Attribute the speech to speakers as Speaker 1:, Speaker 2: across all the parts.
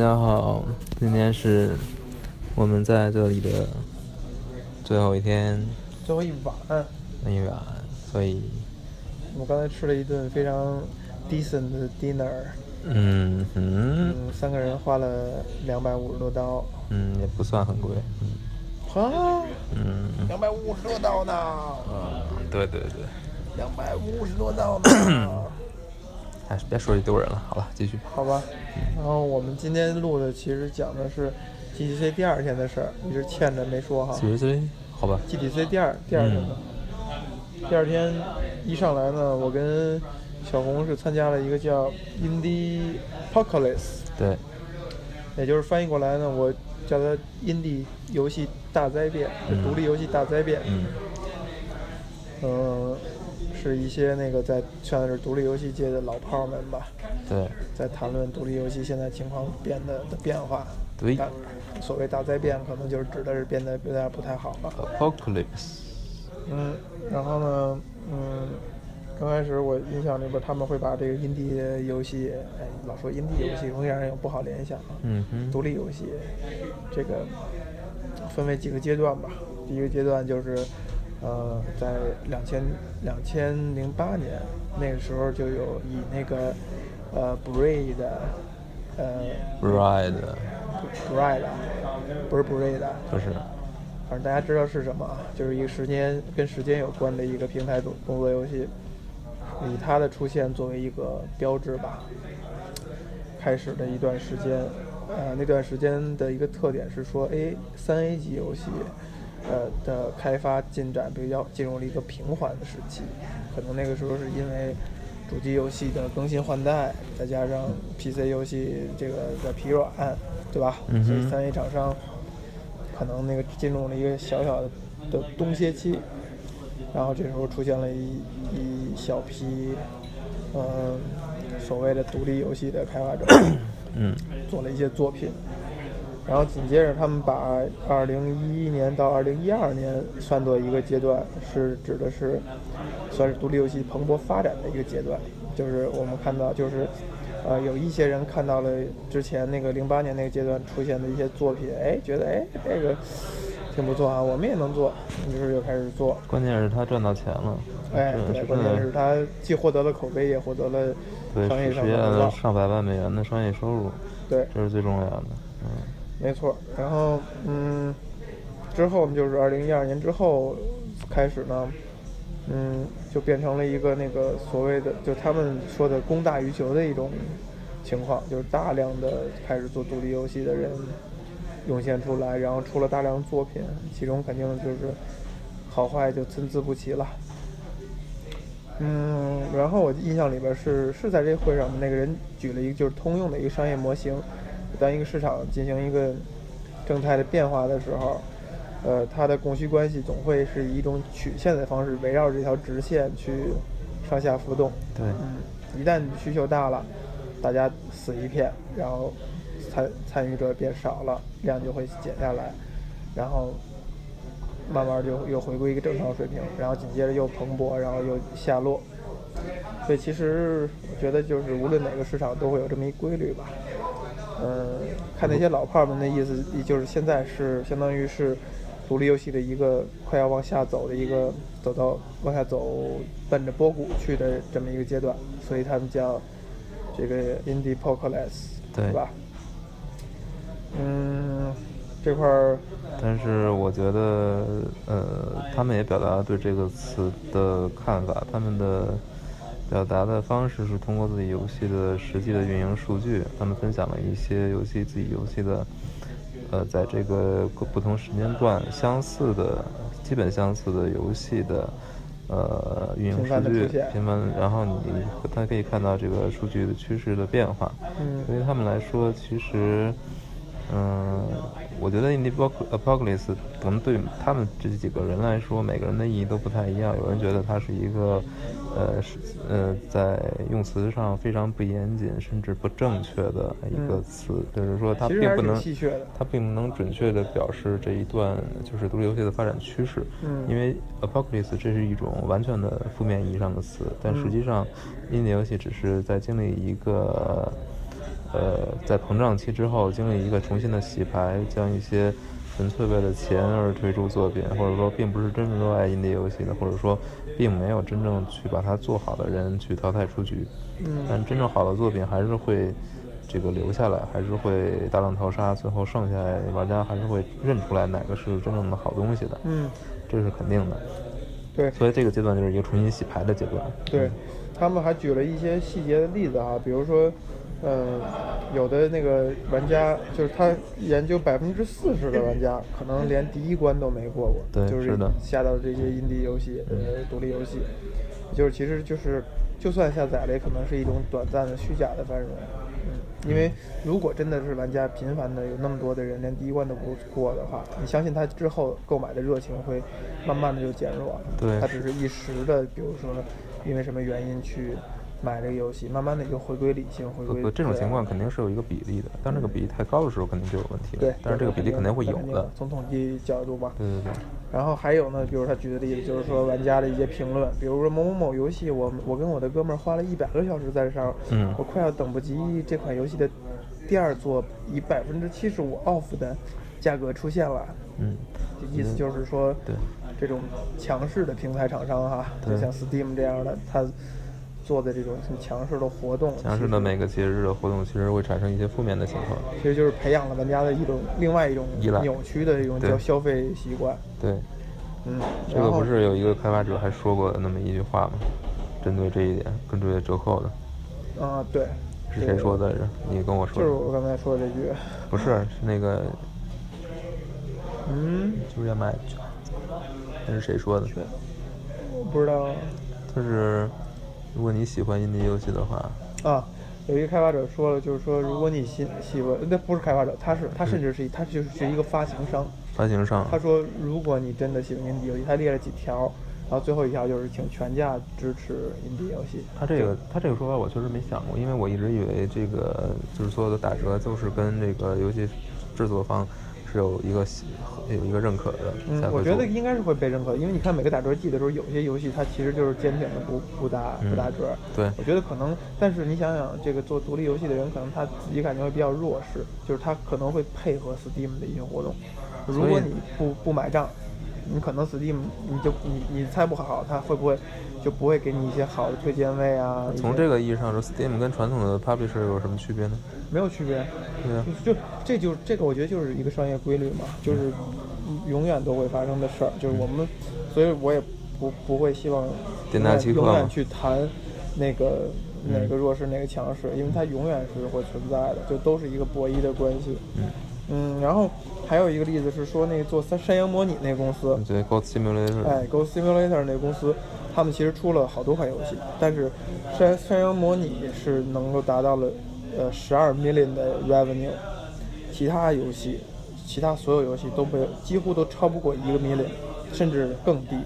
Speaker 1: 家好，今天是我们在这里的最后一天，
Speaker 2: 最后一晚，嗯
Speaker 1: 那一晚，所以
Speaker 2: 我刚才吃了一顿非常 decent 的 dinner，
Speaker 1: 嗯哼，
Speaker 2: 嗯，三个人花了两百五十多刀，
Speaker 1: 嗯，也不算很贵，嗯
Speaker 2: 啊，
Speaker 1: 嗯嗯
Speaker 2: 两百五十多刀呢，
Speaker 1: 啊，对对对，
Speaker 2: 两百五十多刀呢，
Speaker 1: 哎，别说一丢人了，好了，继续吧，
Speaker 2: 好吧。然后我们今天录的其实讲的是 GTC 第二天的事儿，一直欠着没说哈
Speaker 1: 几。十岁，好吧，
Speaker 2: GTC 第二第二天的，第二天一上来呢，我跟小红是参加了一个叫 Indie Apocalypse。
Speaker 1: 对，
Speaker 2: 也就是翻译过来呢，我叫它 indie 游戏大灾变，就
Speaker 1: 嗯
Speaker 2: 独立游戏大灾变。
Speaker 1: 嗯
Speaker 2: 嗯，是一些那个在算是独立游戏界的老炮儿们吧，
Speaker 1: 对，
Speaker 2: 在谈论独立游戏现在情况变得的变化。
Speaker 1: 对
Speaker 2: 大所谓大灾变，可能就是指的是变得有点不太好了。
Speaker 1: ，apocalypse，
Speaker 2: 嗯，然后呢，嗯，刚开始我印象里边他们会把这个 indie 游戏，哎，老说 indie 游戏容易让人有不好联想啊。
Speaker 1: 嗯哼，
Speaker 2: 独立游戏，这个分为几个阶段吧。第一个阶段就是，呃，在两千两千零八年那个时候就有以那个呃 Braid，呃
Speaker 1: ride，
Speaker 2: Braid 不是 Braid，
Speaker 1: 就是，
Speaker 2: 反正大家知道是什么，啊，就是一个时间跟时间有关的一个平台动动作游戏，以它的出现作为一个标志吧，开始的一段时间，呃，那段时间的一个特点是说，A 三 A 级游戏，呃的开发进展比较进入了一个平缓的时期，可能那个时候是因为主机游戏的更新换代，再加上 PC 游戏这个的疲软，对吧？
Speaker 1: 嗯哼
Speaker 2: 所以三 A 厂商可能那个进入了一个小小的的冬歇期，然后这时候出现了一一小批，嗯，所谓的独立游戏的开发者
Speaker 1: 嗯
Speaker 2: 做了一些作品，然后紧接着他们把二零一一年到二零一二年算作一个阶段，是指的是算是独立游戏蓬勃发展的一个阶段，就是我们看到就是。呃，有一些人看到了之前那个零八年那个阶段出现的一些作品，哎，觉得哎这个挺不错啊，我们也能做，于是就开始做。
Speaker 1: 关键是他赚到钱了，
Speaker 2: 哎，
Speaker 1: 这嗯
Speaker 2: 对，
Speaker 1: 是
Speaker 2: 关键是
Speaker 1: 真的，
Speaker 2: 他既获得了口碑，也获得了
Speaker 1: 对，
Speaker 2: 商业
Speaker 1: 实
Speaker 2: 上
Speaker 1: 现
Speaker 2: 的回
Speaker 1: 了
Speaker 2: 报。
Speaker 1: 上百万美元的商业收入，
Speaker 2: 对，
Speaker 1: 这是最重要的，嗯。
Speaker 2: 没错。然后，嗯，之后就是二零一二年之后开始呢，嗯，就变成了一个那个所谓的，就他们说的供大于求的一种情况，就是大量的开始做独立游戏的人涌现出来，然后出了大量作品，其中肯定就是好坏就参差不齐了。嗯，然后我印象里边是是在这会上那个人举了一个就是通用的一个商业模型，当一个市场进行一个正态的变化的时候，呃，它的供需关系总会是以一种曲线的方式围绕着这条直线去上下浮动。
Speaker 1: 对，
Speaker 2: 嗯，一旦需求大了，大家死一片，然后参参与者变少了，量就会减下来，然后慢慢就又回归一个正常水平，然后紧接着又蓬勃，然后又下落。所以其实我觉得就是无论哪个市场都会有这么一规律吧。嗯，看那些老炮儿们的意思，就是现在是相当于是独立游戏的一个快要往下走的一个走到往下走，奔着波谷去的这么一个阶段，所以他们叫这个 Indie p o c a l y p s
Speaker 1: 对
Speaker 2: 吧？嗯，这块儿
Speaker 1: 但是我觉得，呃，他们也表达了对这个词的看法，他们的表达的方式是通过自己游戏的实际的运营数据，他们分享了一些游戏自己游戏的，呃，在这个各不同时间段相似的、基本相似的游戏的。呃，运营
Speaker 2: 频
Speaker 1: 数
Speaker 2: 繁地
Speaker 1: 据
Speaker 2: 出现
Speaker 1: 频繁，然后你它可以看到这个数据的趋势的变化。
Speaker 2: 嗯
Speaker 1: 对于他们来说，其实，嗯，我觉得 Indie Apoc- Apocalypse 可能对他们这几个人来说，每个人的意义都不太一样。有人觉得它是一个，呃，是呃，在用词上非常不严谨，甚至不正确的一个
Speaker 2: 嗯
Speaker 1: 词，就是说它
Speaker 2: 其实
Speaker 1: 并
Speaker 2: 还
Speaker 1: 不
Speaker 2: 是挺
Speaker 1: 能。
Speaker 2: 戏谑的。
Speaker 1: 它并不能准确地表示这一段就是独立游戏的发展趋势，
Speaker 2: 嗯
Speaker 1: 因为 apocalypse 这是一种完全的负面意义上的词，但
Speaker 2: 嗯
Speaker 1: 实际上，indie 游戏只是在经历一个呃，在膨胀期之后经历一个重新的洗牌，将一些纯粹为了钱而推出作品，或者说并不是真正热爱 indie 游戏的，或者说并没有真正去把它做好的人去淘汰出局。
Speaker 2: 嗯
Speaker 1: 但真正好的作品还是会这个留下来，还是会大浪淘沙，最后剩下来玩家还是会认出来哪个是真正的好东西的，
Speaker 2: 嗯，
Speaker 1: 这是肯定的。
Speaker 2: 对
Speaker 1: 所以这个阶段就是一个重新洗牌的阶段。嗯
Speaker 2: 对，他们还举了一些细节的例子啊，比如说，嗯，有的那个玩家就是他研究百分之四十的玩家，可能连第一关都没过过，
Speaker 1: 对
Speaker 2: 就是
Speaker 1: 的
Speaker 2: 下到这些印地游戏、呃
Speaker 1: 嗯
Speaker 2: 独立游戏，就是其实就是就算下载了，也可能是一种短暂的虚假的繁荣。嗯，因为如果真的是玩家频繁的有那么多的人连第一关都不过的话，你相信他之后购买的热情会慢慢的就减弱。
Speaker 1: 对
Speaker 2: 他只是一时的，比如说因为什么原因去买这个游戏，慢慢的就回归理性，回
Speaker 1: 不
Speaker 2: 归
Speaker 1: 不，这种
Speaker 2: 对啊
Speaker 1: 情况肯定是有一个比例的，但这个比例太高的时候肯定就有问题了。
Speaker 2: 对，
Speaker 1: 但是这个比例肯定会有的。
Speaker 2: 从统计角度吧，
Speaker 1: 对对对，
Speaker 2: 然后还有呢，比如他举的例子就是说玩家的一些评论，比如说某某某游戏，我我跟我的哥们儿花了一百个小时在上，
Speaker 1: 嗯
Speaker 2: 我快要等不及这款游戏的第二座以百分之七十五 off 的价格出现了，
Speaker 1: 嗯，
Speaker 2: 这意思就是说，
Speaker 1: 对
Speaker 2: 这种强势的平台厂商哈、
Speaker 1: 对
Speaker 2: 就像 Steam 这样的，他做的这种很强势的活动，
Speaker 1: 强势的每个节日的活动其实会产生一些负面的情况。
Speaker 2: 其实就是培养了玩家的一种另外一种
Speaker 1: 依赖
Speaker 2: 扭曲的一种
Speaker 1: 对
Speaker 2: 叫消费习惯，
Speaker 1: 对，
Speaker 2: 嗯，
Speaker 1: 这
Speaker 2: 然
Speaker 1: 个
Speaker 2: 后
Speaker 1: 不是有一个开发者还说过那么一句话吗？针对这一点，针对折扣的，
Speaker 2: 啊，对，
Speaker 1: 是
Speaker 2: 这
Speaker 1: 谁
Speaker 2: 个
Speaker 1: 说的来着？你跟我说
Speaker 2: 就是我
Speaker 1: 的，
Speaker 2: 刚才说的这句，
Speaker 1: 不是，是那个
Speaker 2: 嗯，
Speaker 1: 就是要买券，那是谁说的？
Speaker 2: 我不知道
Speaker 1: 就是如果你喜欢印地游戏的话，
Speaker 2: 啊。有一个开发者说了，就是说，如果你喜喜欢，那不是开发者，他是他甚至是一他就是是一个发行商。
Speaker 1: 发行上
Speaker 2: 他说，如果你真的喜欢 indie 游戏，他列了几条，然后最后一条就是请全价支持 indie 游戏。
Speaker 1: 他这个他这个说法我确实没想过，因为我一直以为这个就是所有的打折就是跟这个游戏制作方是有一个有一个认可的
Speaker 2: 嗯
Speaker 1: 才，
Speaker 2: 我
Speaker 1: 会
Speaker 2: 觉
Speaker 1: 做
Speaker 2: 得。应该是会被认可的，因为你看每个打折季的时候，有些游戏它其实就是坚挺的不不打不打折。
Speaker 1: 嗯对
Speaker 2: 我觉得可能，但是你想想，这个做独立游戏的人，可能他自己感觉会比较弱势，就是他可能会配合 Steam 的一些活动。如
Speaker 1: 所
Speaker 2: 果
Speaker 1: 以
Speaker 2: 你不不买账，你可能 Steam 你就你你猜不好他会不会就不会给你一些好的推荐位啊。一
Speaker 1: 从
Speaker 2: 些
Speaker 1: 这个意义上说，Steam 跟传统的 publisher 有什么区别呢？
Speaker 2: 没有区别，
Speaker 1: 对啊，
Speaker 2: 就这就这个，我觉得就是一个商业规律嘛，就是永远都会发生的事儿。就是我们，所以我也不不会希望
Speaker 1: 典纳奇克嘛
Speaker 2: 永远去谈那个哪个弱势哪个强势，因为它永远是会存在的，就都是一个博弈的关系。嗯，然后还有一个例子是说那个做山山羊模拟那个公司，
Speaker 1: 我觉得 Goat Simulator，、
Speaker 2: 哎，Go Simulator 那个公司，他们其实出了好多款游戏，但是山山羊模拟是能够达到了呃十二 million 的 revenue，其他游戏，其他所有游戏都没有，几乎都超不过一个 million，甚至更低。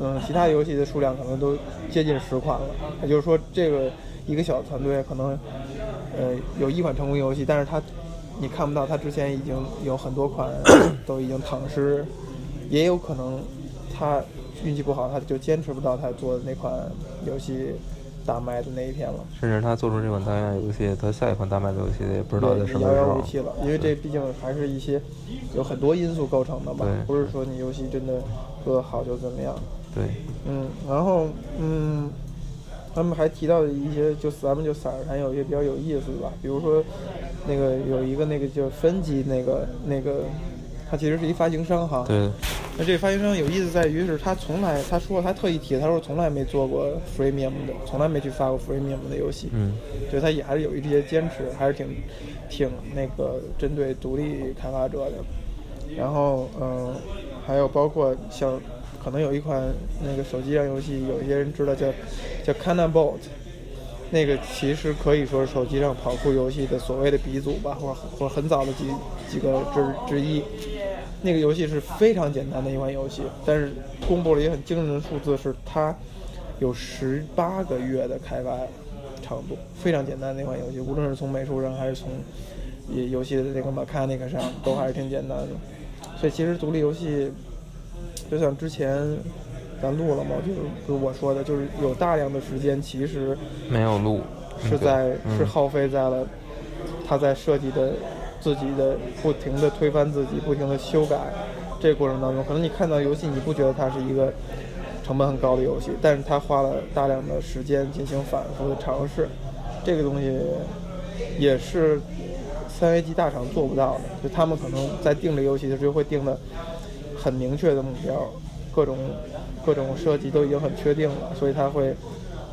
Speaker 2: 嗯，其他游戏的数量可能都接近十款了，也就是说，这个一个小团队可能，呃，有一款成功游戏，但是它你看不到它之前已经有很多款都已经躺尸，也有可能他运气不好，他就坚持不到他做的那款游戏大卖的那一天了。
Speaker 1: 甚至他做出这款大卖游戏，他下一款大卖的游戏也不知道在
Speaker 2: 对，
Speaker 1: 什么
Speaker 2: 遥
Speaker 1: 时
Speaker 2: 遥
Speaker 1: 候
Speaker 2: 无。期了，因为这毕竟还是一些有很多因素构成的吧
Speaker 1: 对，
Speaker 2: 不是说你游戏真的做得好就怎么样。
Speaker 1: 对，
Speaker 2: 嗯，然后嗯，他们还提到了一些，就咱们就散谈有一些比较有意思的吧，比如说那个有一个那个就是分级那个那个，它其实是一发行商哈。
Speaker 1: 对，
Speaker 2: 那这个发行商有意思在于是他从来他说他特意提，他说从来没做过 freemium 的，从来没去发过 freemium 的游戏。
Speaker 1: 嗯，
Speaker 2: 就他也还是有一些坚持，还是挺挺那个针对独立开发者的。然后嗯、还有包括像可能有一款那个手机上游戏，有一些人知道叫叫 Cannonball。那个其实可以说是手机上跑酷游戏的所谓的鼻祖吧，或者或者很早的几几个之之一。那个游戏是非常简单的一款游戏，但是公布了一个很惊人的数字，是它有十八个月的开发长度，非常简单的一款游戏，无论是从美术上还是从也游戏的这个 mechanic 上，都还是挺简单的。所以其实独立游戏就像之前咱录了嘛，就是就是我说的，就是有大量的时间其实
Speaker 1: 没有路，
Speaker 2: 是在
Speaker 1: 嗯
Speaker 2: 是耗费在了他在设计的自己的不停的推翻自己，不停的修改这个过程当中，可能你看到游戏你不觉得它是一个成本很高的游戏，但是他花了大量的时间进行反复的尝试，这个东西也是三 A 级大厂做不到的，就他们可能在定这游戏的时候会定的很明确的目标，各种各种设计都已经很确定了，所以它会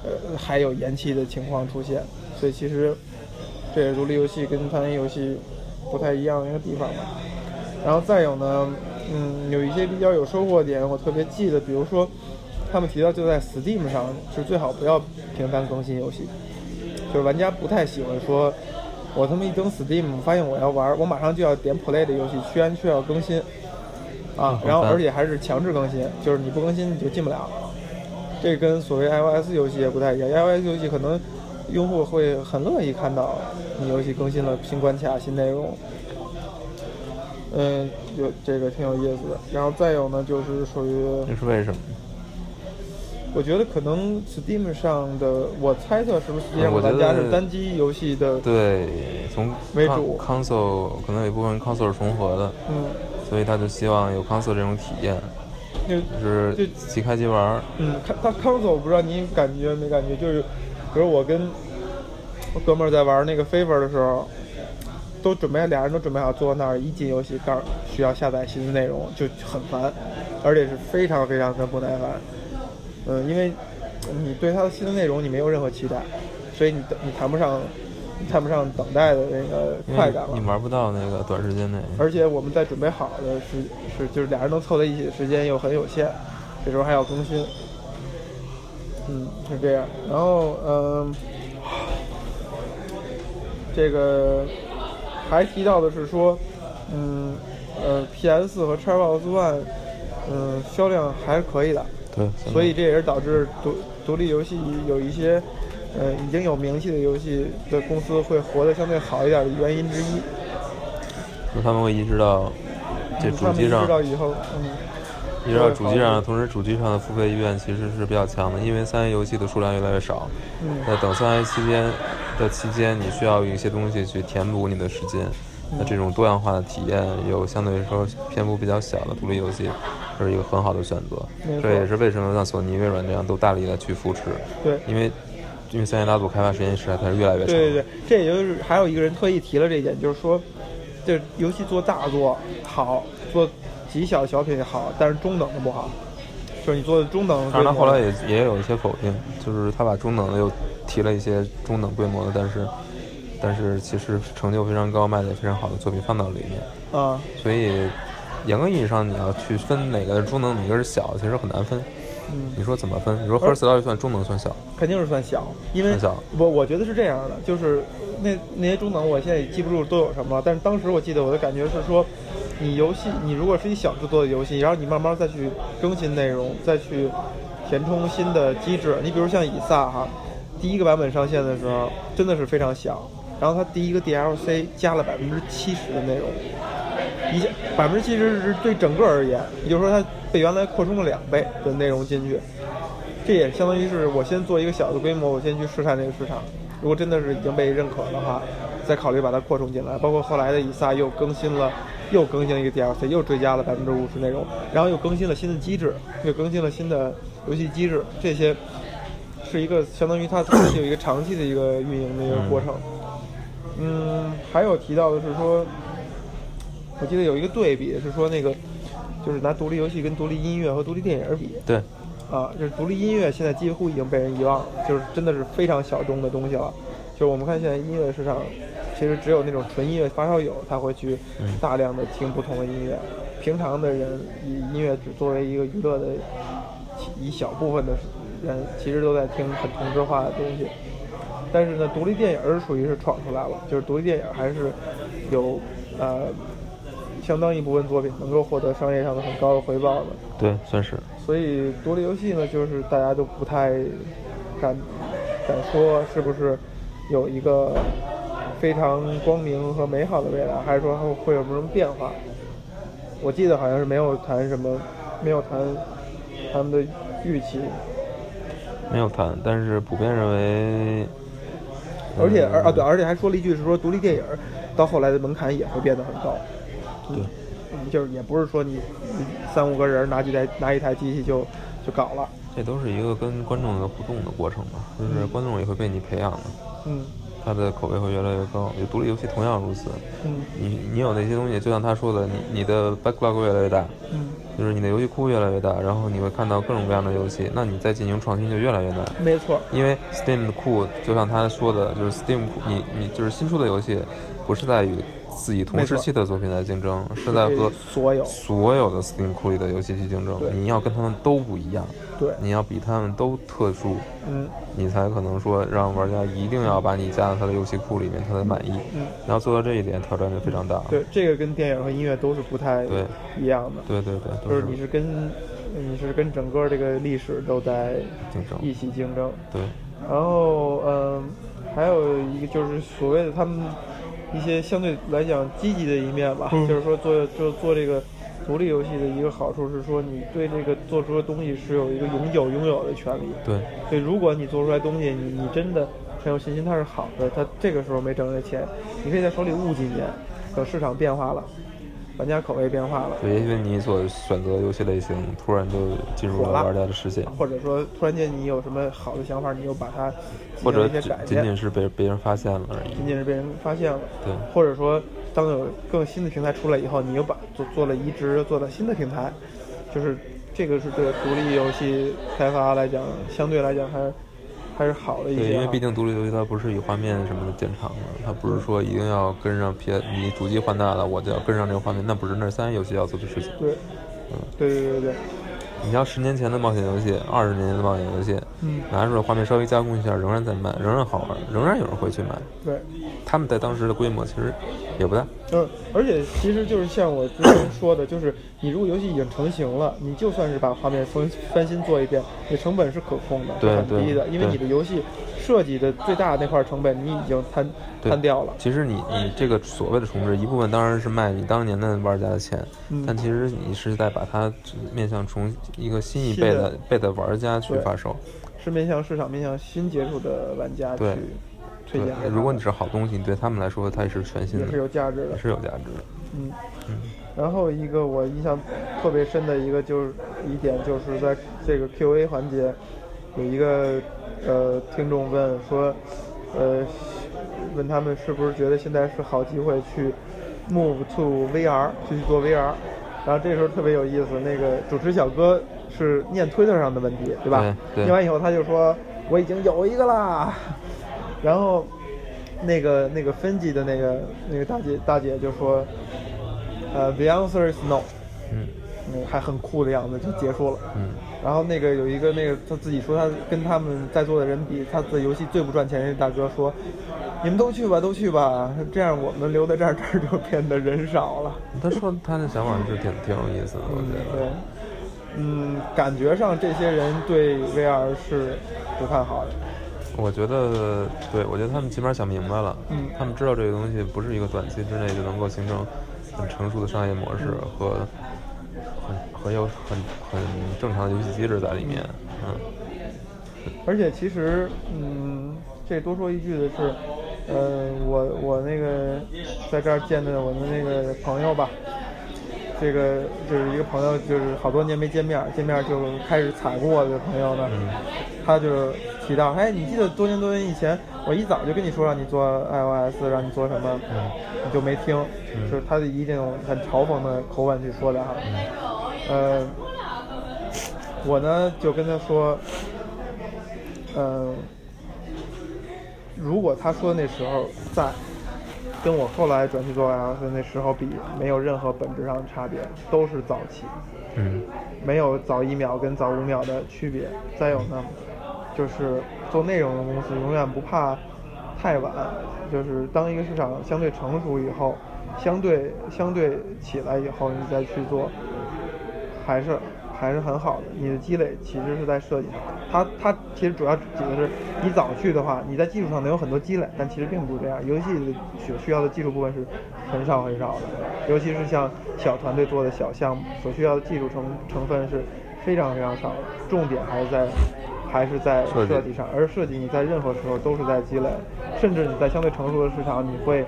Speaker 2: 呃还有延期的情况出现，所以其实这也是独立游戏跟单人游戏不太一样的一个地方吧。然后再有呢，嗯，有一些比较有收获点，我特别记得，比如说他们提到就在 Steam 上是最好不要频繁更新游戏，就是玩家不太喜欢说，我他妈一登 Steam 发现我要玩，我马上就要点 Play 的游戏居然却要更新，啊，然后而且还是强制更新，就是你不更新你就进不了。这跟所谓 iOS 游戏也不太一样，iOS 游戏可能用户会很乐意看到你游戏更新了新关卡、新内容。嗯，有这个挺有意思的。然后再有呢，就是属于
Speaker 1: 这是为什么？
Speaker 2: 我觉得可能 Steam 上的，我猜测是不是 Steam 上
Speaker 1: 嗯我觉
Speaker 2: 玩
Speaker 1: 得
Speaker 2: 家是单机游戏的，
Speaker 1: 对，从
Speaker 2: 为
Speaker 1: con-
Speaker 2: 主
Speaker 1: console 可能有一部分 console 是重合的，
Speaker 2: 嗯，
Speaker 1: 所以他就希望有 console 这种体验，
Speaker 2: 就
Speaker 1: 就是
Speaker 2: 就
Speaker 1: 即开即玩儿。
Speaker 2: 嗯，看他 console 我不知道您感觉没感觉，就是比如我跟我哥们儿在玩那个 Favor 的时候，都准备俩人都准备好坐那儿，一进游戏告诉需要下载新的内容，就很烦，而且是非常非常的不耐烦。嗯，因为你对它的新的内容你没有任何期待，所以你等你谈不上你谈不上等待的那个
Speaker 1: 因
Speaker 2: 快
Speaker 1: 为
Speaker 2: 感了
Speaker 1: 嗯你。玩不到那个短时间内，
Speaker 2: 而且我们在准备好的时是就是俩人能凑在一起的时间又很有限，这时候还要更新，嗯，是这样。然后嗯，这个还提到的是说，嗯呃，PS 和 Xbox One，嗯，销量还是可以的，
Speaker 1: 对，
Speaker 2: 所以这也是导致独独立游戏有一些，呃，已经有名气的游戏的公司会活得相对好一点的原因之一。
Speaker 1: 就是他们会意识到这
Speaker 2: 嗯
Speaker 1: 主
Speaker 2: 他们
Speaker 1: 机上
Speaker 2: 知道以后，嗯，
Speaker 1: 意识到主机上的同时，主机上的付费意愿其实是比较强的，因为三 A 游戏的数量越来越少。
Speaker 2: 嗯
Speaker 1: 那等三 A 期间的期间，你需要有一些东西去填补你的时间。
Speaker 2: 嗯
Speaker 1: 那这种多样化的体验，有相对来说篇幅比较小的独立游戏，是一个很好的选择
Speaker 2: 没错。
Speaker 1: 这也是为什么像索尼、微软这样都大力的去扶持，
Speaker 2: 对，
Speaker 1: 因为因为三 A 拉组开发时间实在它是越来越长。
Speaker 2: 对对对，这也就是还有一个人特意提了这一点，就是说，就是游戏做大作好，做极小小品好，但是中等的不好，就是你做的中等的
Speaker 1: 但
Speaker 2: 规模。
Speaker 1: 是他后来也也有一些否定，就是他把中等的又提了一些中等规模的，但是但是其实成就非常高、卖的也非常好的作品放到里面，
Speaker 2: 啊、
Speaker 1: 所以严格意义上你要去分哪个是中等，哪个是小，其实很难分。
Speaker 2: 嗯
Speaker 1: 你说怎么分？你说 First Love 算中等算小？
Speaker 2: 肯定是算小，因为
Speaker 1: 算小
Speaker 2: 我我觉得是这样的，就是那那些中等，我现在也记不住都有什么了。但是当时我记得我的感觉是说，你游戏你如果是一小制作的游戏，然后你慢慢再去更新内容，再去填充新的机制。你比如像以撒哈，第一个版本上线的时候真的是非常小，然后它第一个 DLC 加了百分之七十的内容，一下百分之七十是对整个而言，也就是说它被原来扩充了两倍的内容进去。这也相当于是我先做一个小的规模，我先去试探这个市场。如果真的是已经被认可的话，再考虑把它扩充进来。包括后来的以撒又更新了，又更新了一个 DLC，又追加了百分之五十内容，然后又更新了新的机制，又更新了新的游戏机制，这些是一个相当于它它有一个长期的一个运营的一个过程。嗯，还有提到的是说，我记得有一个对比是说那个，就是拿独立游戏跟独立音乐和独立电影比，
Speaker 1: 对，
Speaker 2: 啊，就是独立音乐现在几乎已经被人遗忘了，就是真的是非常小众的东西了。就是我们看现在音乐市场，其实只有那种纯音乐发烧友才会去大量的听不同的音乐，平常的人以音乐只作为一个娱乐的其一小部分的人，其实都在听很同质化的东西。但是呢，独立电影儿属于是闯出来了，就是独立电影儿还是有呃相当一部分作品能够获得商业上的很高的回报的。
Speaker 1: 对，算是。
Speaker 2: 所以独立游戏呢，就是大家都不太敢敢说是不是有一个非常光明和美好的未来，还是说它会有什么变化？我记得好像是没有谈什么，没有谈他们的预期。
Speaker 1: 没有谈，但是普遍认为，
Speaker 2: 而且而啊对，而且还说了一句是说独立电影儿到后来的门槛也会变得很高，
Speaker 1: 对
Speaker 2: 嗯，就是也不是说你你三五个人拿几台拿一台机器就就搞了，
Speaker 1: 这都是一个跟观众的互动的过程嘛，就是观众也会被你培养的，
Speaker 2: 嗯
Speaker 1: 他的口碑会越来越高。就独立游戏同样如此，
Speaker 2: 嗯
Speaker 1: 你你有那些东西，就像他说的，你你的 backlog 越来越大，
Speaker 2: 嗯，
Speaker 1: 就是你的游戏库越来越大，然后你会看到各种各样的游戏，那你再进行创新就越来越难。
Speaker 2: 没错儿，
Speaker 1: 因为 Steam 的库，就像他说的，就是 Steam 库，你你就是新出的游戏，不是在与自己同时期的作品来竞争，是在呃和
Speaker 2: 所有
Speaker 1: 所有的 Steam 库里的游戏去竞争
Speaker 2: 对。
Speaker 1: 你要跟他们都不一样，
Speaker 2: 对，
Speaker 1: 你要比他们都特殊，
Speaker 2: 嗯
Speaker 1: 你才可能说让玩家一定要把你加到他的游戏库里面，他才满意。
Speaker 2: 嗯，
Speaker 1: 然后做到这一点，挑战就非常大。
Speaker 2: 对，这个跟电影和音乐都是不太
Speaker 1: 对
Speaker 2: 一样的，
Speaker 1: 对对对，都
Speaker 2: 就是你是跟你是跟整个这个历史都在
Speaker 1: 竞争。
Speaker 2: 一起竞争，
Speaker 1: 对，
Speaker 2: 然后嗯，还有一个就是所谓的他们一些相对来讲积极的一面吧，
Speaker 1: 嗯
Speaker 2: 就是说做就做这个独立游戏的一个好处是说，你对这个做出的东西是有一个永久拥有的权利。
Speaker 1: 对，
Speaker 2: 所以如果你做出来东西，你你真的很有信心它是好的，它这个时候没挣着钱，你可以在手里捂几年，等市场变化了，玩家口味变化了，
Speaker 1: 就也许你所选择的游戏类型，突然就进入
Speaker 2: 火
Speaker 1: 了
Speaker 2: 了
Speaker 1: 玩家的视线。
Speaker 2: 或者说突然间你有什么好的想法，你又把它
Speaker 1: 或
Speaker 2: 进
Speaker 1: 者
Speaker 2: 行一些
Speaker 1: 仅
Speaker 2: 改
Speaker 1: 仅
Speaker 2: 变，
Speaker 1: 仅是被别人发现了而已。
Speaker 2: 仅仅是被人发现了。
Speaker 1: 对
Speaker 2: 或者说，当有更新的平台出来以后，你又把做做了移植，做到新的平台，就是这个是对独立游戏开发来讲，相对来讲还是还是好的一
Speaker 1: 对，
Speaker 2: 些
Speaker 1: 因
Speaker 2: 啊、
Speaker 1: 为毕竟独立游戏它不是以画面什么的见长的，它不
Speaker 2: 嗯
Speaker 1: 是说一定要跟上 P 你主机换代了，我就要跟上这个画面，那不是那是三 A 游戏要做的事情。
Speaker 2: 对，
Speaker 1: 嗯
Speaker 2: 对对对对，
Speaker 1: 你像十年前的冒险游戏，二十年前的冒险游戏，
Speaker 2: 嗯
Speaker 1: 拿出来画面稍微加工一下，仍然在卖，仍然好玩，仍然有人会去买。
Speaker 2: 对。
Speaker 1: 他们在当时的规模其实也不大，
Speaker 2: 嗯，而且其实就是像我之前说的，就是你如果游戏已经成型了，你就算是把画面翻翻新做一遍，你成本是可控的，是
Speaker 1: 对
Speaker 2: 很
Speaker 1: 对
Speaker 2: 低的，因为
Speaker 1: 对
Speaker 2: 你的游戏设计的最大的那块成本你已经摊
Speaker 1: 对
Speaker 2: 摊掉了。
Speaker 1: 其实你你这个所谓的重置，一部分当然是卖你当年的玩家的钱，
Speaker 2: 嗯
Speaker 1: 但其实你是在把它面向重一个新一
Speaker 2: 新
Speaker 1: 辈
Speaker 2: 的
Speaker 1: 的辈的玩家去
Speaker 2: 对
Speaker 1: 发售。
Speaker 2: 是面向市场、面向新接触的玩家去
Speaker 1: 对
Speaker 2: 推荐给他们。
Speaker 1: 如果你是好东西，对他们来说它也是全新
Speaker 2: 也
Speaker 1: 的，
Speaker 2: 是有价值的
Speaker 1: 也，是有价值的。
Speaker 2: 嗯。然后一个我印象特别深的一个就是一点，就是在这个 Q&A 环节，有一个呃听众问说，呃，问他们是不是觉得现在是好机会去 move to VR 去做 VR，然后这时候特别有意思，那个主持小哥是念 Twitter 上的问题，对吧？
Speaker 1: 对对
Speaker 2: 念完以后他就说我已经有一个啦， 然后那个那个分级的那个那个大姐大姐就说，呃，the answer is no，
Speaker 1: 嗯
Speaker 2: 嗯，还很酷的样子就结束了。
Speaker 1: 嗯，
Speaker 2: 然后那个有一个那个他自己说他跟他们在座的人比，他的游戏最不赚钱。人家大哥说，你们都去吧，都去吧，这样我们留在这儿，这儿就变得人少了。
Speaker 1: 他说他的想法是挺挺有意思的，我
Speaker 2: 嗯，
Speaker 1: 觉
Speaker 2: 对
Speaker 1: 得。，
Speaker 2: 嗯，感觉上这些人对 VR 是不看好的。
Speaker 1: 我觉得，对我觉得他们起码想明白了，
Speaker 2: 嗯
Speaker 1: 他们知道这个东西不是一个短期之内就能够形成很成熟的商业模
Speaker 2: 嗯
Speaker 1: 式和很很有很很正常的游戏机制在里面。嗯，
Speaker 2: 而且其实，嗯，这多说一句的是，呃，我我那个在这儿见的我们那个朋友吧，这个就是一个朋友，就是好多年没见面儿，见面儿就开始踩过的朋友呢，他就提到，哎，你记得多年多年以前，我一早就跟你说让你做 iOS，让你做什么，你就没听，就是他的一种很嘲讽的口吻去说的哈，呃，我呢就跟他说，嗯，如果他说那时候在，跟我后来转去做 iOS 的那时候比，没有任何本质上的差别，都是早期，
Speaker 1: 嗯，
Speaker 2: 没有早一秒跟早五秒的区别。再有呢，就是做内容的公司永远不怕太晚，就是当一个市场相对成熟以后，相对相对起来以后，你再去做，还是还是很好的。你的积累其实是在设计上，它它其实主要指的是你早去的话，你在技术上能有很多积累，但其实并不是这样。游戏的所需要的技术部分是很少很少的，尤其是像小团队做的小项目，所需要的技术成成分是非常非常少的。重点还是在还是在
Speaker 1: 设计
Speaker 2: 设计上，而设计你在任何时候都是在积累，甚至你在相对成熟的市场，你会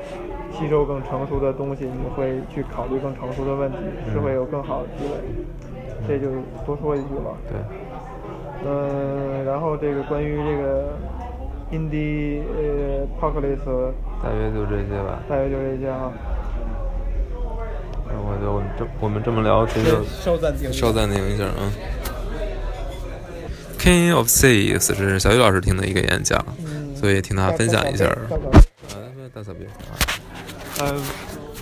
Speaker 2: 吸收更成熟的东西，你会去考虑更成熟的问题，是会有更好的积累。这就多说一句了。
Speaker 1: 对，
Speaker 2: 嗯，然后这个关于这个 indie 呃 p o c a l y p s
Speaker 1: 大约就这些吧。
Speaker 2: 大约就这些啊哈。
Speaker 1: 那我觉得我们这我们这么聊，其实
Speaker 2: 稍暂停
Speaker 1: 稍暂停一下啊。King of Seas 是小雨老师听的一个演讲，
Speaker 2: 嗯
Speaker 1: 所以听他啊分享一下。
Speaker 2: 大宝贝
Speaker 1: 啊，大小别啊，
Speaker 2: 呃，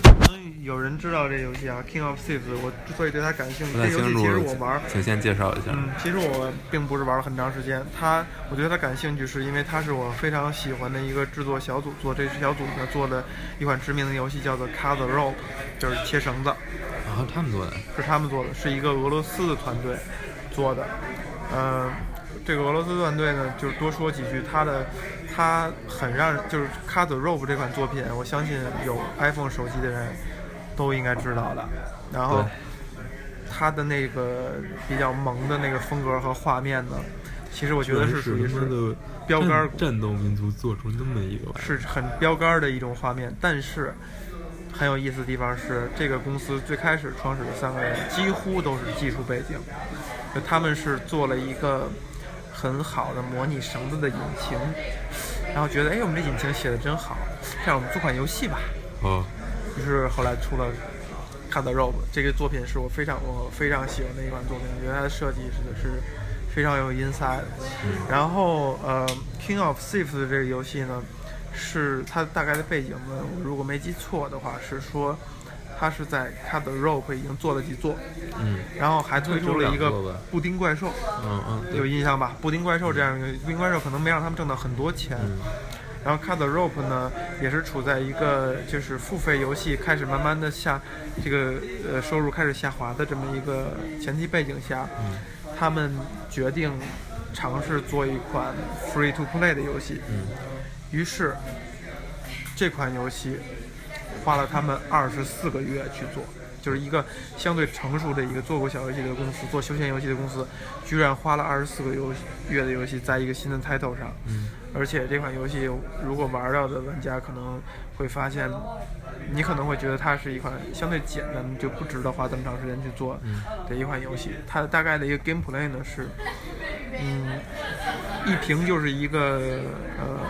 Speaker 2: 可能有人知道这游戏啊，King of Thieves，我之所以对它感兴趣，
Speaker 1: 不
Speaker 2: 这
Speaker 1: 太
Speaker 2: 游戏
Speaker 1: 清
Speaker 2: 其实我玩
Speaker 1: 楚
Speaker 2: 儿，，
Speaker 1: 请啊先介绍一下。
Speaker 2: 嗯，其实我并不是玩了很长时间。它，我对它感兴趣是因为它是我非常喜欢的一个制作小组做，这小组呢做的一款知名的游戏叫做 Cut the Rope，就是切绳子。
Speaker 1: 然后他们做的，
Speaker 2: 是他们做的，是一个俄罗斯的团队做的。嗯、这个俄罗斯团队呢，就是多说几句，它的它很让就是《Cut the Rope》这款作品，我相信有 iPhone 手机的人都应该知道的。然后
Speaker 1: 对
Speaker 2: 它的那个比较萌的那个风格和画面呢，其实我觉得是属于是标杆儿
Speaker 1: 战斗民族做出那么一个玩意儿，
Speaker 2: 是很标杆儿的一种画面，但是很有意思的地方是，这个公司最开始创始的三个人几乎都是技术背景，就他们是做了一个很好的模拟绳子的引擎，然后觉得哎，我们这引擎写的真好，这样我们做款游戏吧。
Speaker 1: 哦，
Speaker 2: 于是后来出了《看到 Rob》这个作品，是我非常我非常喜欢的一款作品，我觉得它的设计是是非常有 inside 的。然后呃，《King of Thieves》这个游戏呢，是它大概的背景呢，我如果没记错的话，是说它是在《Cut the Rope》已经做了几座，
Speaker 1: 嗯
Speaker 2: 然后还推出了一
Speaker 1: 这
Speaker 2: 个
Speaker 1: 两座吧
Speaker 2: 布丁怪兽。
Speaker 3: 哦
Speaker 1: 嗯嗯，
Speaker 2: 有
Speaker 1: 对，
Speaker 2: 印象吧？布丁怪兽这样一个布丁怪兽可能没让他们挣到很多钱。然后 Cut the Rope 呢，也是处在一个就是付费游戏开始慢慢的下，这个呃收入开始下滑的这么一个前提背景下，他们决定尝试做一款 free to play 的游戏。于是这款游戏花了他们二十四个月去做，就是一个相对成熟的一个做过小游戏的公司，做休闲游戏的公司，居然花了二十四个游戏月的游戏在一个新的 title 上。嗯，而且这款游戏如果玩到的玩家可能会发现，你可能会觉得它是一款相对简单的，就不值得花这么长时间去做的一款游戏。它大概的一个 gameplay 呢是，嗯，一屏就是一个呃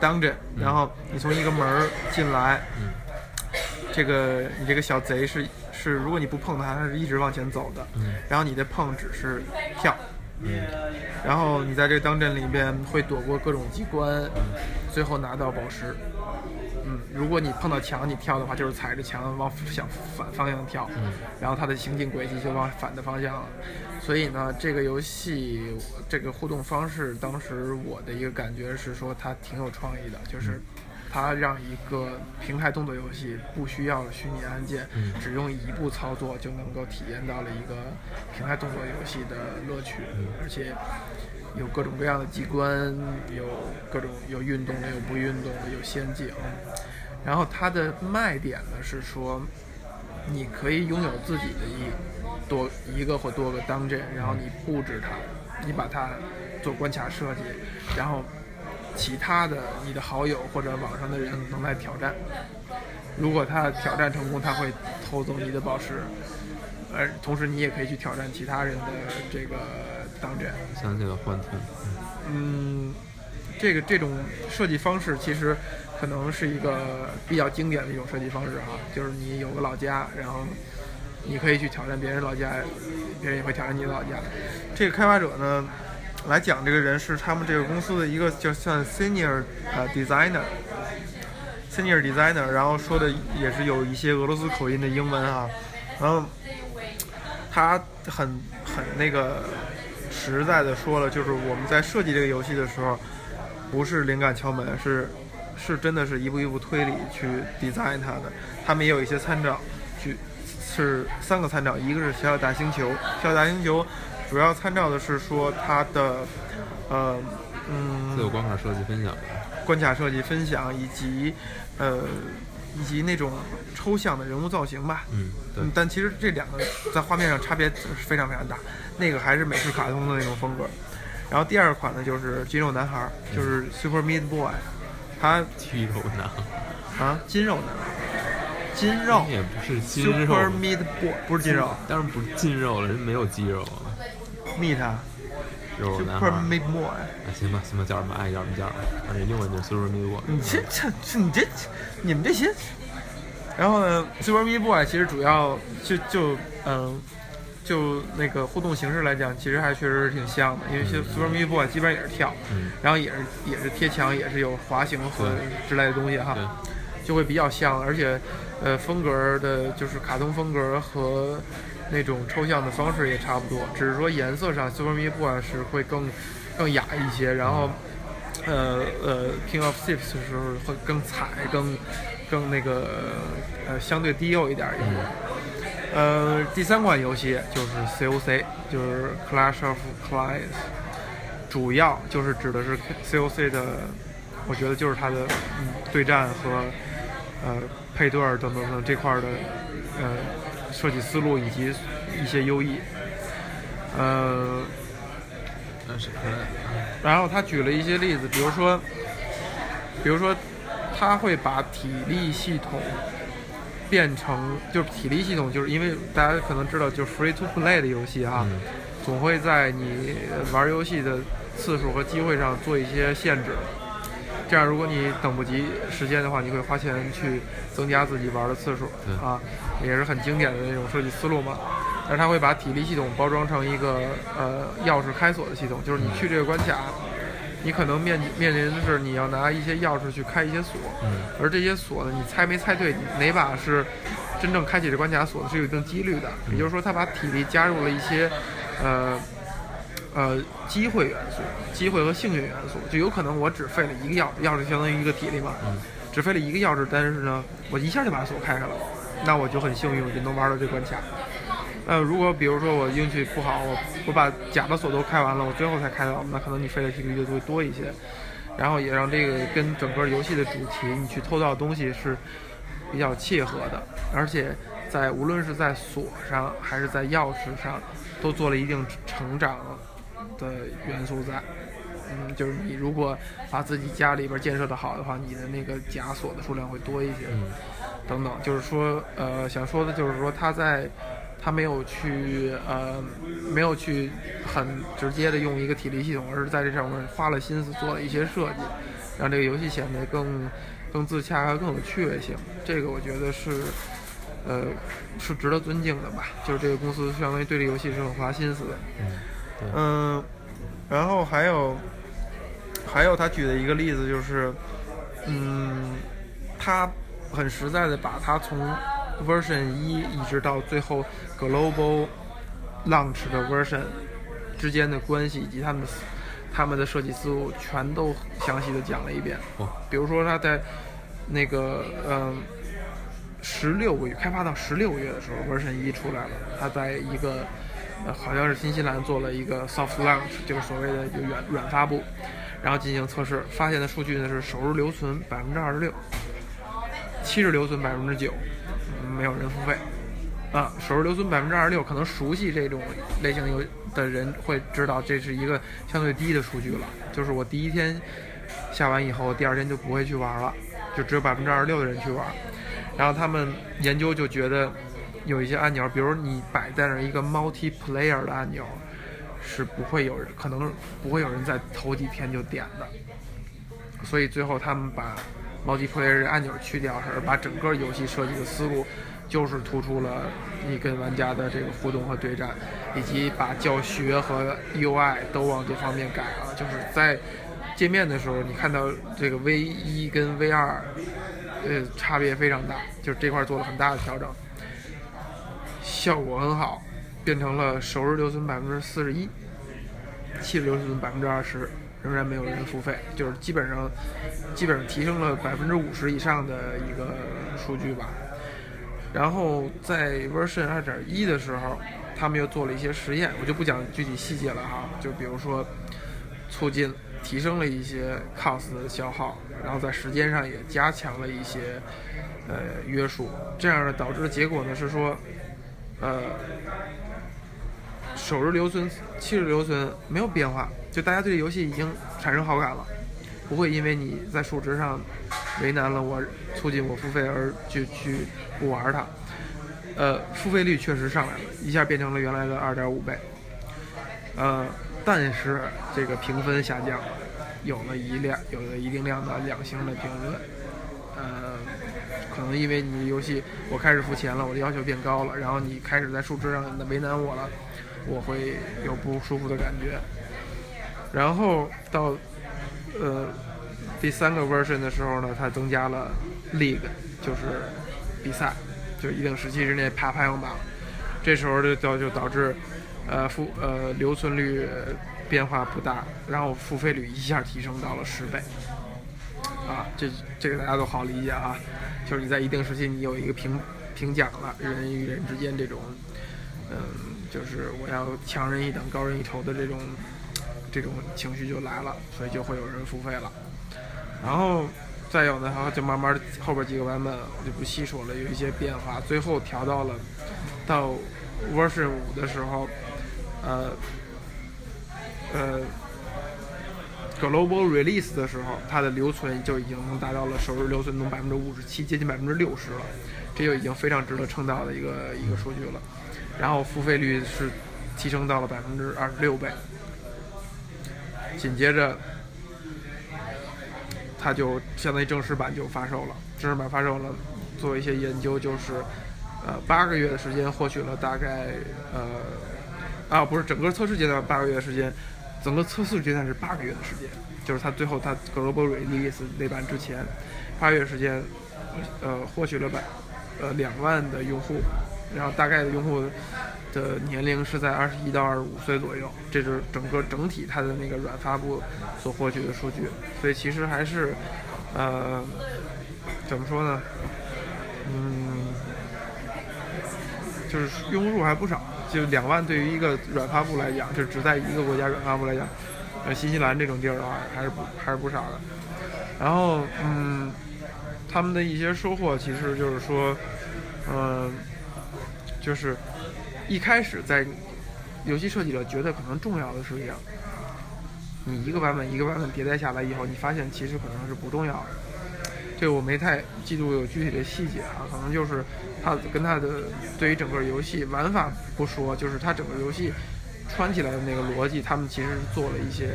Speaker 2: dungeon，然后你从一个门儿进来，这个你这个小贼是是，如果你不碰它，它是一直往前走的，然后你的碰只是跳，然后你在这个 dungeon 里边会躲过各种机关，最后拿到宝石。嗯，如果你碰到墙，你跳的话，就是踩着墙往想反方向跳，然后它的行进轨迹就往反的方向了。所以呢，这个游戏这个互动方式，当时我的一个感觉是说它挺有创意的，就是它让一个平台动作游戏不需要虚拟按键，只用一步操作就能够体验到了一个平台动作游戏的乐趣，而且有各种各样的机关，有各种有运动的，有不运动的，有陷阱。然后它的卖点呢是说，你可以拥有自己的一多一个或多个 dungeon，然后你布置它，你把它做关卡设计，然后其他的你的好友或者网上的人能来挑战。如果他挑战成功，他会偷走你的宝石，而同时你也可以去挑战其他人的这个 dungeon。
Speaker 1: 想起了幻痛，
Speaker 2: 嗯，这个这种设计方式其实可能是一个比较经典的一种设计方式哈，就是你有个老家，然后你可以去挑战别人老家，别人也会挑战你的老家。这个开发者呢，来讲这个人是他们这个公司的一个就算 senior 呃 designer。senior designer，然后说的也是有一些俄罗斯口音的英文啊，然后他很很那个实在的说了，就是我们在设计这个游戏的时候，不是灵感敲门，是是真的是一步一步推理去 design 它的。他们也有一些参照，去是三个参照，一个是《小小大星球》，《小小大星球》主要参照的是说它的呃嗯
Speaker 1: 自由关卡设计分享吧。
Speaker 2: 关卡设计分享以及呃以及那种抽象的人物造型吧。
Speaker 1: 嗯，对
Speaker 2: 嗯，，但其实这两个在画面上差别是非常非常大，那个还是美式卡通的那种风格，然后第二款呢就是肌肉男孩，就是
Speaker 3: 嗯
Speaker 2: Super Meat Boy，他
Speaker 3: 肌肉男，
Speaker 2: 啊筋肉男，筋肉
Speaker 3: 也不是筋肉，
Speaker 2: Super Meat Boy 不是筋肉
Speaker 3: 当然不是筋肉了，人没有肌肉，
Speaker 2: ，Meat 啊
Speaker 3: 肉男
Speaker 2: Super
Speaker 3: 孩儿。
Speaker 2: Meat Boy，
Speaker 3: 啊，行吧，行吧，叫什么爱叫什么叫什么，反正英文就是 Super Meat Boy。
Speaker 2: 你这这这你这你们这些，然后呢，Super Meat Boy 其实主要就就嗯、就那个互动形式来讲，其实还确实是挺像的，因为 Super Meat Boy 基本上也是跳，
Speaker 3: 嗯，
Speaker 2: 然后也是也是贴墙，也是有滑行和
Speaker 3: 对
Speaker 2: 之类的东西哈，
Speaker 3: 对，
Speaker 2: 就会比较像，而且呃风格的就是卡通风格和那种抽象的方式也差不多，只是说颜色上 Super Meat Boy 是会更更雅一些，然后呃呃 King of Thieves 的时候会更彩更更那个呃相对低幼一点儿也会。呃，第三款游戏就是 COC，就是 Clash of Clans，主要就是指的是 COC 的，我觉得就是它的、嗯、对战和呃配对儿等等等这块儿的呃设计思路以及一些优异。呃，
Speaker 3: 啊但是呃
Speaker 2: 然后他举了一些例子，比如说，比如说，他会把体力系统变成，就是体力系统，就是因为大家可能知道，就是 free to play 的游戏啊，
Speaker 3: 嗯
Speaker 2: 总会在你玩游戏的次数和机会上做一些限制。这样，如果你等不及时间的话，你会花钱去增加自己玩的次数
Speaker 3: 对
Speaker 2: 啊，也是很经典的那种设计思路嘛。但是它会把体力系统包装成一个呃钥匙开锁的系统，就是你去这个关卡，你可能面面临的是你要拿一些钥匙去开一些锁，
Speaker 3: 嗯
Speaker 2: 而这些锁呢，你猜没猜对你哪把是真正开启这关卡锁的是有一定几率的。也就是说，他把体力加入了一些，呃，呃，机会元素、机会和幸运元素，就有可能我只费了一个钥匙，钥匙相当于一个体力嘛，只费了一个钥匙，但是呢，我一下就把锁开开了，那我就很幸运，我就能玩到这关卡。呃，如果比如说我运气不好，我我把假的锁都开完了，我最后才开到，那可能你费的体力就会多一些。然后也让这个跟整个游戏的主题，你去偷到的东西是比较切合的，而且在无论是在锁上还是在钥匙上，都做了一定成长的元素在。嗯，就是你如果把自己家里边建设的好的话，你的那个枷锁的数量会多一些。
Speaker 3: 嗯
Speaker 2: 等等，就是说，呃，想说的就是说他在，他没有去，呃，没有去很直接的用一个体力系统，而是在这上面花了心思做了一些设计，让这个游戏显得更更自洽和更有趣味性。这个我觉得是，呃，是值得尊敬的吧。就是这个公司相当于对这个游戏是很花心思的。
Speaker 3: 嗯，对，
Speaker 2: 嗯，然后还有还有他举的一个例子就是，嗯，他很实在的把它从 version 一一直到最后 global launch 的 version 之间的关系以及他们的思他们的设计思路全都详细的讲了一遍。
Speaker 3: 哇，
Speaker 2: 比如说他在那个嗯十六个月开发到十六个月的时候，version 一出来了，他在一个呃好像是新西兰做了一个 soft launch，就是所谓的就软软发布，然后进行测试，发现的数据呢是首日留存百分之二十六，七日留存百分之九，嗯没有人付费。啊，首日留存百分之二十六，可能熟悉这种类型游的人会知道，这是一个相对低的数据了。就是我第一天下完以后，第二天就不会去玩了，就只有百分之二十六的人去玩。然后他们研究就觉得有一些按钮，比如你摆在那儿一个 multiplayer 的按钮，是不会有人，可能不会有人在头几天就点的。所以最后他们把 multiplayer 这按钮去掉，而把整个游戏设计的思路，就是突出了你跟玩家的这个互动和对战，以及把教学和 UI 都往这方面改了。就是在界面的时候，你看到这个 V 一跟 V 二，呃，差别非常大，就是这块做了很大的调整，效果很好，变成了首日留存百分之四十一。气流是百分之二十，仍然没有人付费，就是基本上基本上提升了百分之五十以上的一个数据吧。然后在 version 二点一的时候，他们又做了一些实验，我就不讲具体细节了哈，就比如说促进提升了一些 cost 的消耗，然后在时间上也加强了一些呃约束，这样呢导致的结果呢是说，呃，首日留存、七日留存没有变化，就大家对这游戏已经产生好感了，不会因为你在数值上为难了我，促进我付费而去去不玩它。呃，付费率确实上来了，一下变成了原来的二点五倍。呃，但是这个评分下降了，有了一量，有了一定量的两星的评论。呃，可能因为你游戏我开始付钱了，我的要求变高了，然后你开始在数值上为难我了，我会有不舒服的感觉。然后到呃第三个 version 的时候呢，它增加了 league，就是比赛，就一定时期之内爬排行榜。这时候就导就导致呃付呃留存率变化不大，然后付费率一下提升到了十倍。啊，这这个大家都好理解啊，就是你在一定时期你有一个评评奖了，人与人之间这种，嗯，就是我要强人一等、高人一筹的这种这种情绪就来了，所以就会有人付费了。然后再有呢，然后就慢慢后边几个版本我就不细说了，有一些变化，最后调到了到 version 五的时候，呃呃 global release 的时候，它的留存就已经能达到了首日留存中百分之五十七，接近百分之六十了，这就已经非常值得称道的一个一个数据了。然后付费率是提升到了百分之二十六倍，紧接着它就相当于正式版就发售了。正式版发售了，做一些研究就是，呃，八个月的时间获取了大概呃啊不是整个测试阶段八个月的时间，整个测试阶段是八个月的时间，就是它最后它 global release 那版之前八个月时间，呃获取了百呃两万的用户，然后大概的用户的年龄是在二十一到二十五岁左右，这就是整个整体它的那个软发布所获取的数据，所以其实还是呃怎么说呢，嗯。就是用户数还不少，就两万对于一个软发布来讲，就只在一个国家软发布来讲，呃，新西兰这种地儿的话，还是不还是不少的。然后，嗯，他们的一些收获其实就是说，嗯、就是一开始在游戏设计者觉得可能重要的事情，你一个版本一个版本迭代下来以后，你发现其实可能是不重要的。这个我没太记住有具体的细节啊，可能就是它跟它的对于整个游戏玩法不说，就是它整个游戏穿起来的那个逻辑，他们其实是做了一些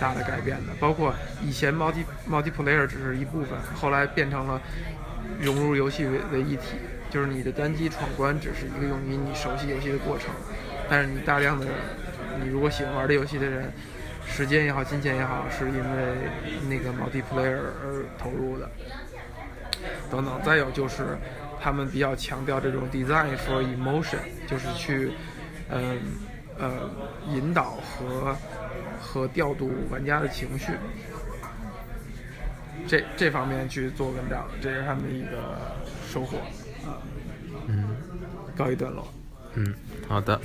Speaker 2: 大的改变的，包括以前 multi multiplayer 只是一部分，后来变成了融入游戏为为一体，就是你的单机闯关只是一个用于你熟悉游戏的过程，但是你大量的你如果喜欢玩这游戏的人，时间也好，金钱也好，是因为那个 multiplayer 而投入的。等等，再有就是他们比较强调这种 design for emotion，就是去，嗯呃引导和和调度玩家的情绪，这这方面去做文章，这是他们的一个收获。嗯，告一段落。
Speaker 1: 嗯，好的，